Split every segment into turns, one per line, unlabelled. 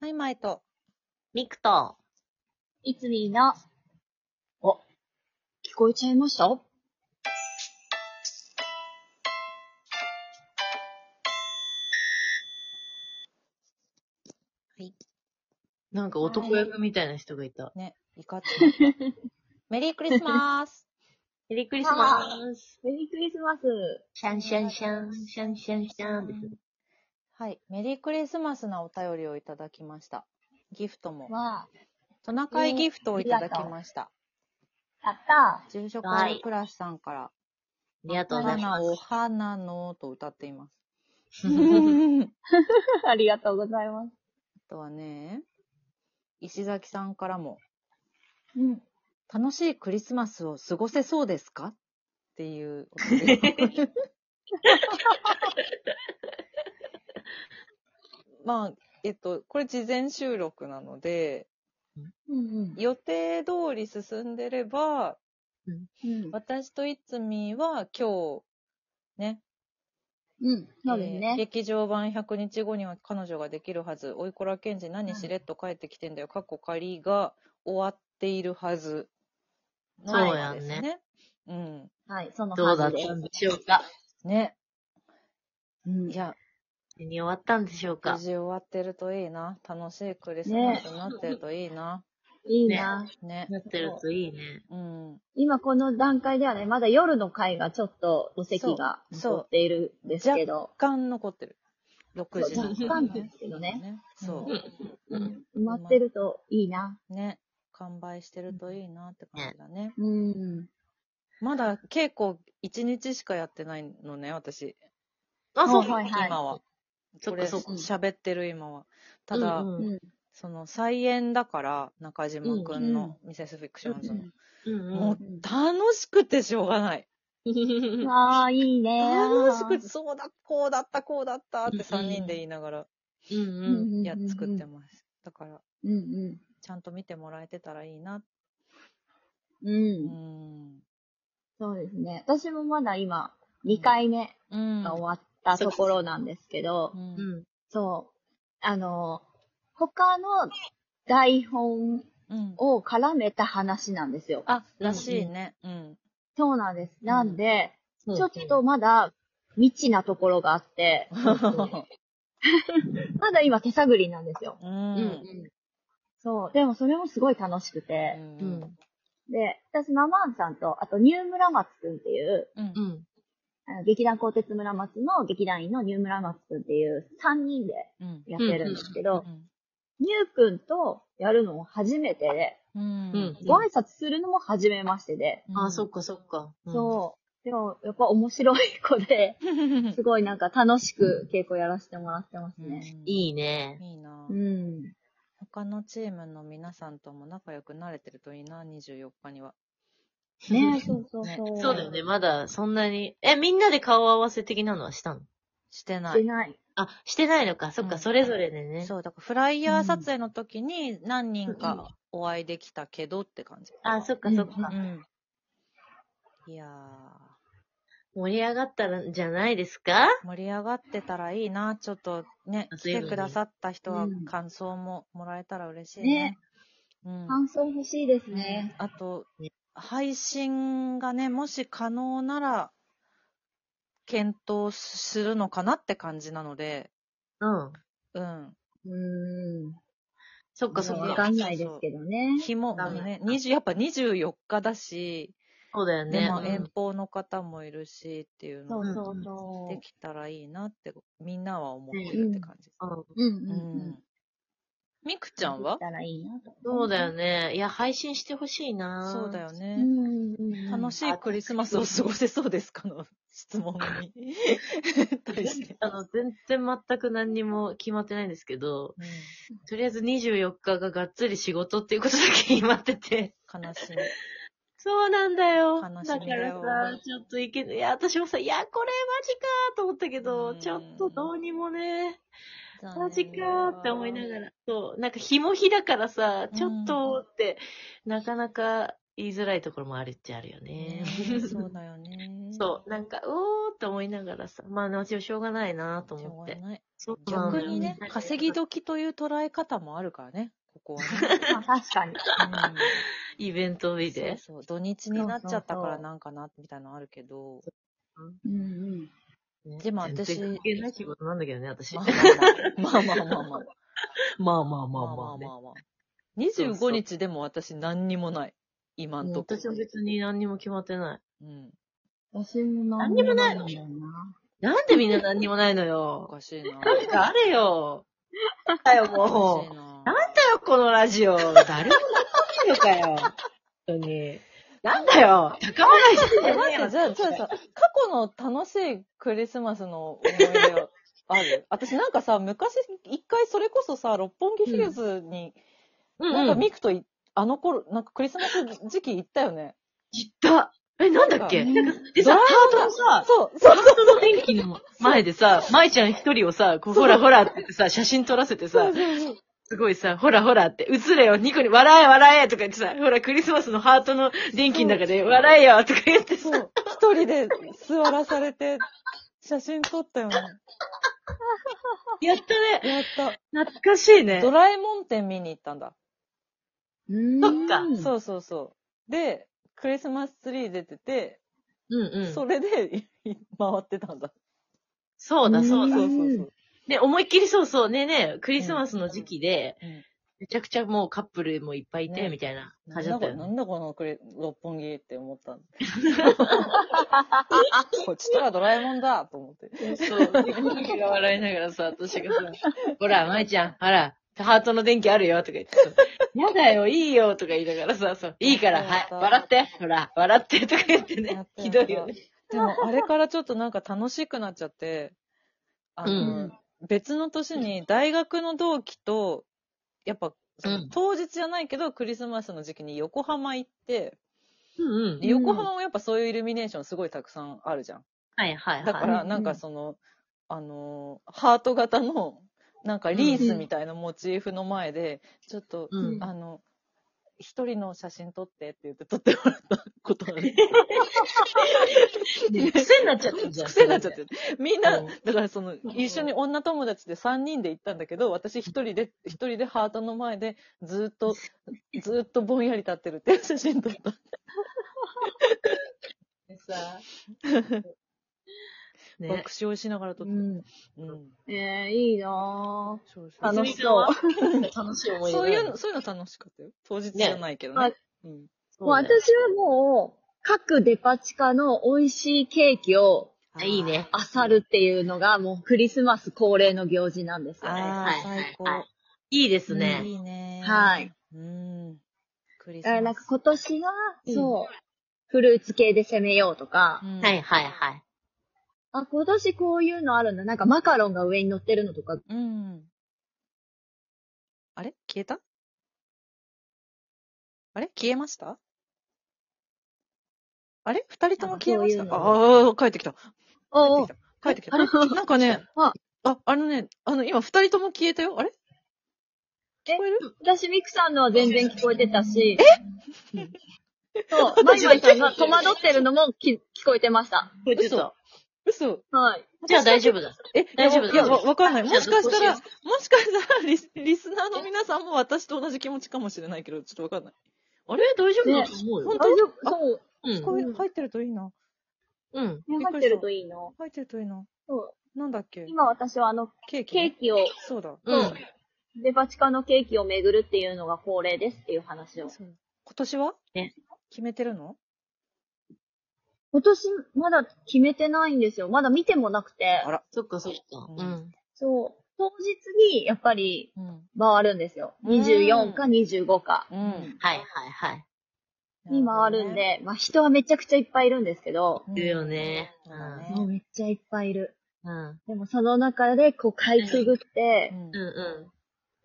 マイマイと、
ミクと、
いつみの、
聞こえちゃいました
い。
なんか男役みたいな人がいた。
ね、いかっちゃった メリークリスマス
メリークリスマス
メリークリスマス。
シャンシャンシャン、シャンシャンシャンです。
はい、メリークリスマスなお便りをいただきました。ギフトも、
わ
トナカイギフトをいただきました。
あ、やった
住職あるクラスさんから、
ありがとうござい
花
ま
お花のと歌っています。
す。
あ
ー。ありがとうございます。
とはね、石崎さんからも、
うん。
楽しいクリスマスを過ごせそうですかっていうお便 りを。まあ、えっと、これ事前収録なので、
うん
予定通り進んでれば、
うん。
私といつみは今日、ね。
うん。そうです
えー
ね。
劇場版100日後には彼女ができるはず。おいこらけんじ何しれっと帰ってきてんだよ。過去仮が終わっているはず。の
そうやんね
ですね。うん。
はい、その
どうだ
は
っ
ずです
たんでしょうか
ね。
うん
いや、
手に終わったんでしょう
無
か
事終わってるといいな。楽しいクリスマスになってるといいな。
いいな。
ね。
なってるといいね。
うん。
今この段階ではね、まだ夜の回がちょっとお席が
そう
残っているんですけど、
若干残ってる。6時
そう若干ですけどね。
そうう。
うん埋まってるといいな。
ね。完売してるといいなって感じだね。
うん。
まだ稽古1日しかやってないのね、私。
あ、そう
はいはい
今は。
そっ
こ
か
れ
そっか。
喋ってる今は。ただ、
うんうん
うん。
その再演だから、中島くんのミセスフィクションズの。もう楽しくてしょうがない。
うんうん
ああ、いいね。
楽しくて、そうだ、こうだった、こうだったって
うん
3人で言いながら
うん
うん
うん。
うんうん
や作ってます。だから、
うんう
ちゃんと見てもらえてたらいいな。
ん。う。
うんん。
そうですね。私もまだ今、2回目
うん。
が終わったところなんですけど、
うん
うん
そう。あの、他の台本
うん。
を絡めた話なんですよ。
あ、らしいね。うん。
そうなんです。
ん
なんで、
そう
ちょっとまだ未知なところが あって、まだ今手探りなんですよ。
う。
うんん
そう。でもそれもすごい楽しくて。
うんうん
で、私、ママンさんと、あと、ニュームラマツくんっていう、
うん
う。ん
あの劇団鋼鉄村松の劇団員のニュームラマツくんっていう3人で
うん。
やってるんですけど、
う
ニューくんとやるのも初めて
ん。
で、
うん
ご挨拶するのも初めましてで、
うん
あ、そっかそっか。
そう。でも、やっぱ面白い子で、
うん
すごいなんか楽しく稽古やらせてもらってます
うん。
ね。
いいね。
いいな
う。ん。
他のチームの皆さんとも仲良くなれてるといいな、24日には。
ねそうそう
ね
そう。
そうだよね、まだそんなに。え、みんなで顔合わせ的なのはしたの
してな
して
い。
ない。
あ、してないのか。そっ
う
か、
ん
それぞれでね。
そう、だからフライヤー撮影の時に何人かお会いできたけどって感じ。
あ、そっかそっ
うんう
か。
うん。いや
盛り上がったらんじゃないですか
ー、盛り上がってたらいいな。ちょっとね、
暑い
来
の
て
に
くださった人は
うん
感想ももらえたら嬉しいね
ね。
うん。
感想欲しいですね。
あと
ね、
配信がね、もし可能なら、検討するのかなって感じなので、
うん。
うん。
うん。
そっかそっ
わ
か。
かんないですけどね。
日も
なんだ
ね、20やっぱ24日だし、
そうだよ
で
ね。
も
うん
遠方の方もいるしっていう
そ
の
う
が
そうそ
できたらいいなって、みんなは思って
う
る
ん
って感じ。
うん
う。うん
う
うんうん
ん。。みくちゃんは
できたらいいなと。
そうだよね。いや、配信してほしいな
そうだよ
う
ね。
んうんうん。
楽しいクリスマスを過ごせそうですかの質問 に対して。
あの、全然全く何にも決まってないんですけど、
うん
とりあえず24日ががっつり仕事っていうことだけ決まってて。
悲しい。
そうなんだよ。
悲し
だ
み
か
だ
ら
よ
さ、ちょっといけ、いや、私もさ、いや、これマジかーと思ったけ
う
ど、
ん
ちょっとどうにもね、
残念
マジかーって思いな
ら。
がら、そう、なんか日も日だからさ、
うん
ちょっとって、なかなか言いづらいところもあるっちゃあるよね。。
ねそうだよね
そう、なんか、うおーって思いながらさ、まあ、私はしょうがないなと
しょ
思
う
っ
が
て。
ない。
そうなんだ
逆
よ
にね、稼ぎ時という捉え方もあるからね、ここはね。
まあ確かに。
イベント日
そう
で。
そう、土日になっちゃった
そ
か
うそう
ら
そう
なんかな、みたいなのあるけど。
うんうん。
でも私
全然関係ない仕事なんだけどね、私。
ま
ま
あ
あ
ま あまあまあまあ。
まあまあ
ま
ま
あ
あ
まあ
ね
まあまあ。25日でも私何にもない。今んとこ。
私も別に何にも決まって ない。
うん。
私も
何にもないの
んだよな。
なんでみんな何にもないの
お
よ。
かしいな。
誰かあれよ。だよ、
おか
も
し
う。
いな。
なんだよ、このラジオ。誰も何もないのかよ。本当に。なんだよ。高笑いしてんじ
え
ゃね
待
え
って、
よ。
じゃあ、じゃあさ、過去の楽しいクリスマスの思い出はある私なんかさ、昔、一回それこそさ、六本木ヒルズに、
うん
なんか
うん。
ミクといあの頃、なんかクリスマス時期行ったよね。
行った。え、なんだっけでさ、
ド
ハ
ラ
ートのさ、
そう、そう、
ハートの天気の前でさ、舞ちゃん一人をさ、こうほらほらって言ってさ、写真撮らせて
そ
さ
う、そうそう。
すごいさ、ほらほらって、映れよ、ニコニコ、笑え笑えとか言ってさ、ほら、クリスマスのハートの電気の中で、
そう
笑えよとか言ってさ、
そう、一人で座らされて、写真撮ったよね。
やったね。
やった。
懐かしいね
ド。ラえもん展見に行ったんだ。
うん
そっか
う。
そうそうそう。で、クリスマスツリー出てて、
うんうん。
それで 回ってたんだ。
そうだ、
うん
そうだ
そ。うそうそう。
ね、思いっきりそうそう。ねね、クリスマスの時期で、
うん
めちゃくちゃもうカップルもいっぱいいて、
ね
みたいな
な
感
ん
じ
だ
だった
こ
よ
な
ね。
んだこのクレ六本木って思ったのこっちとらドラえもんだと思って。
そう。ニコニコが笑いながらさ、私がさ、ほら、舞ちゃん、ほら、ハートの電気あるよとか言ってさ、やだよ、いいよとか言いながらさ、そういいから、はい、笑って、ほら、笑ってとか言って
や
ね
っ、た
ひどいよね。
でもあれからちょっとなんか楽しくなっちゃって、あ
う
の、
ん
別の年に大学の同期と、やっぱ、その
うん
当日じゃないけど、クリスマスの時期に横浜行って、
うんうん
で
うん
横浜もやっぱそういうイルミネーションすごいたくさんあるじゃん。
はいはいはい。
だからなんかその、あのーハート型の、なんかリースみたいなモチーフの前で、ちょっと、
うん。
あの、一人の写真撮ってって言って撮ってもらったことある。
ね癖になっちゃってるじゃん。
癖になっちゃってる。みんな
うん、
だからその、一緒に女友達で3人で行ったんだけど、私一人で、一人でハートの前でずーっと、ずーっとぼんやり立ってるっていう写真撮った。
でさ。 ね
爆笑しながら撮
う
った。
ん。
うん。
えー、いいなぁ。
そうそう
楽し
泉ちゃんは 楽しい思い出
そう
だ
い
よ
う
ね
の、そういうの楽しかったよ。当日じゃないけど
ねは
ね
い。
うん
そ
もう
うだよ
私はもう、各デパ地下の美味しいケーキを
あいいね。
漁るっていうのが、もうクリスマス恒例の行事なんですよね。
あ
はい
ー、最高。
はい
いいです
ね
ね。
いいね。
はい。
うん。クリス
だか
マ
ら
ス。
なんか今年は、
うん
そう、フルーツ系で攻めようとか、
うん
はいはいはい。
あ、今年こういうのあるんだ。なんかマカロンが上に乗ってるのとか、
うん。あれ消えたあれ消えましたあれ二人とも消えまし
なん
た
かそう
ああー、帰ってきた。
おうおう
帰ってきた。
あ
帰
れ
ってきた。なんかね、
あ
あ、あのね、あの、今二人とも消えたよ。あれ聞こえる
私ミクさんのは全然聞こえてたし、えそう、マイ
私
マイさんが戸惑ってるのもき聞こえてました。
これちょっと
嘘。
はい。
じゃあ大丈夫だ。
え、
大丈夫
いや、
大丈夫
わわかんない。も
じゃあ
しかしたら、
ど
もしかしたらリス、リスナーの皆さんも私と同じ気持ちかもしれないけど、ちょっとわかんない。
あれ大丈夫だと思う
本
よ。
当
大丈夫、
あ
そう。
う
聞こえ
うん
入ってるといいな。
ん。うん。
びっくり
入
した
ってるといいの。
入ってるといいな。
そう。
なんだっけ
今私はあの、
ケーキ
ケーキを、
そうだ。
う
そ
ん。
デパ地下のケーキを巡るっていうのが恒例ですっていう話を。
そう今年は
ね
決めてるの
今年まだ決めてないんですよ。まだ見てもなくて
あ。ら。
そっかそっか。うん。
そう。当日にやっぱり
うん。
回るんですよ。
うん
24か25か。
うん。
はいはいはい。
に回るんで、まあ人はめちゃくちゃいっぱいいるんですけど、
うん。
いるよね。
そうだね
もうめっちゃいっぱいいる。
うん。
でもその中でこうかいくぐって
う、ん。
うんう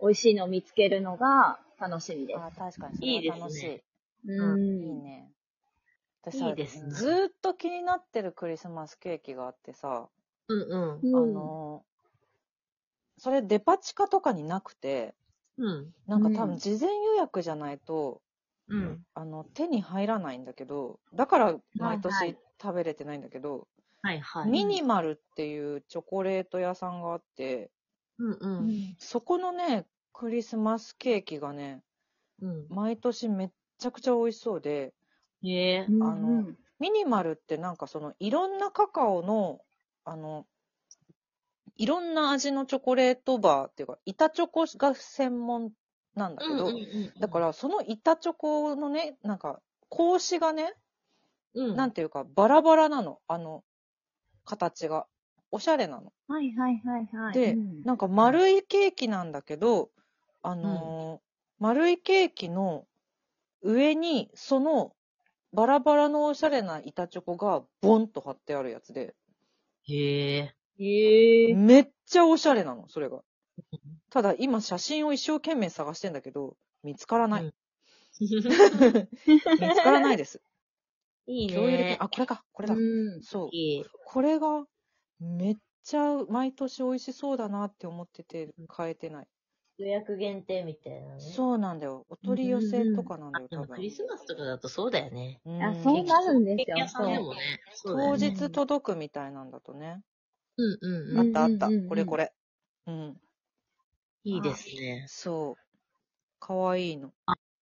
美味しいのを見つけるのが楽しみです。
あー、確かに。それは楽しい。
いい
う
いい
ん。
ね。私さ
いいですね
ずーっと気になってるクリスマスケーキがあってさ、
ん。うん
う
あ
ん
のーそれデパ地下とかになくて、
うん。うん。
なんか
うん
多分事前予約じゃないと
うん。
あの、手に入らないんだけど、だから毎
はいは
年食べれてないんだけど、
はいは
ミニマルっていうチョコレート屋さんがあって、
うん
う
うん。
ん。
そこのね、クリスマスケーキがね、
うん。
毎年めっちゃくちゃ美味しそうで、
へえ、
う。ん
あの
うん
ミニマルってなんかそのいろんなカカオの、あの、いろんな味のチョコレートバーっていうか、板チョコが専門なんだけど、だかららその板チョコのね、なんか、格子がね、
うん。
なんていうか、バラバラなの、あの、形が。おしゃれなの。
はいはいはいはい。
で
うん
なんか丸いケーキなんだけど、あのー丸いケーキの上に、その、バラバラのおしゃれな板チョコが、ボンと貼ってあるやつで、
へえ。
へえ。
めっちゃおしゃれなの、それが。ただ、今、写真を一生懸命探してんだけど、見つからない。
うん
見つからない です。
いい
共有できない
ね。
あ、これか、これ
う
だ。
ん。
そう。
いい。
これがめっちゃ毎年美味しそうだなって思ってて買えてない。
予約限定みたいなね。う。
そうなんだよ。お取り寄せとかなんだよ、
で
多
も
分
ク。リスマスとかだとそうだよね。
うん
あそうなるんです
ケ
よ
ーキ屋さんでもね。そうだ
当
よね。
日届くみたいなんだとね。
うんうん
あ
う
っ
ん。
たあった
うんうんうんう。ん
これこれ。うん。
いいですね。
そう。かわいいの。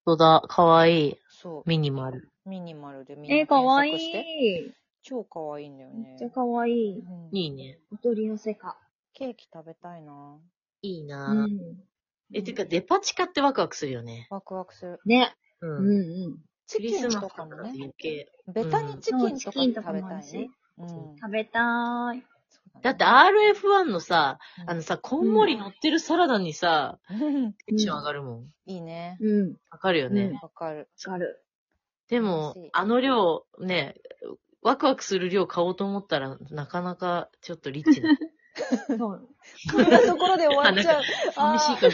そうだ、かわいい。
そ
ミニマル。
う。ミニマルでみんな
えー、かわい
検索して
い。
超かわいいんだよ
め
ね
っち。ゃかわいい。
うん
いいね。
お取り寄せか。
ケーキ食べたいな。
いいうなぁ。
ん。
え、てか、デパ地下ってワクワクするよね。
ワクワクする。
ね。
う
うん。うん。
チ
クリ
キ
ス
ン
マス
と
と
か
か
も
だと
ね。
余計。
ベタにチキンとか食べ
そうチキンとかもあ
た
る
い
し
ね。うん
食べたーい。
だって RF1 のさ、
うん
あのさ、こんもり乗ってるサラダにさ、
うん
テンション上がるもん。
いいね。
うん。
わかるよね。
うん
わか る。
わかる。
でも
嬉しい、
あの量、ね、ワクワクする量買おうと思ったら、なかなかちょっとリッチな。
そう。
こんなところで終わっちゃう。あー
寂しいかもしれない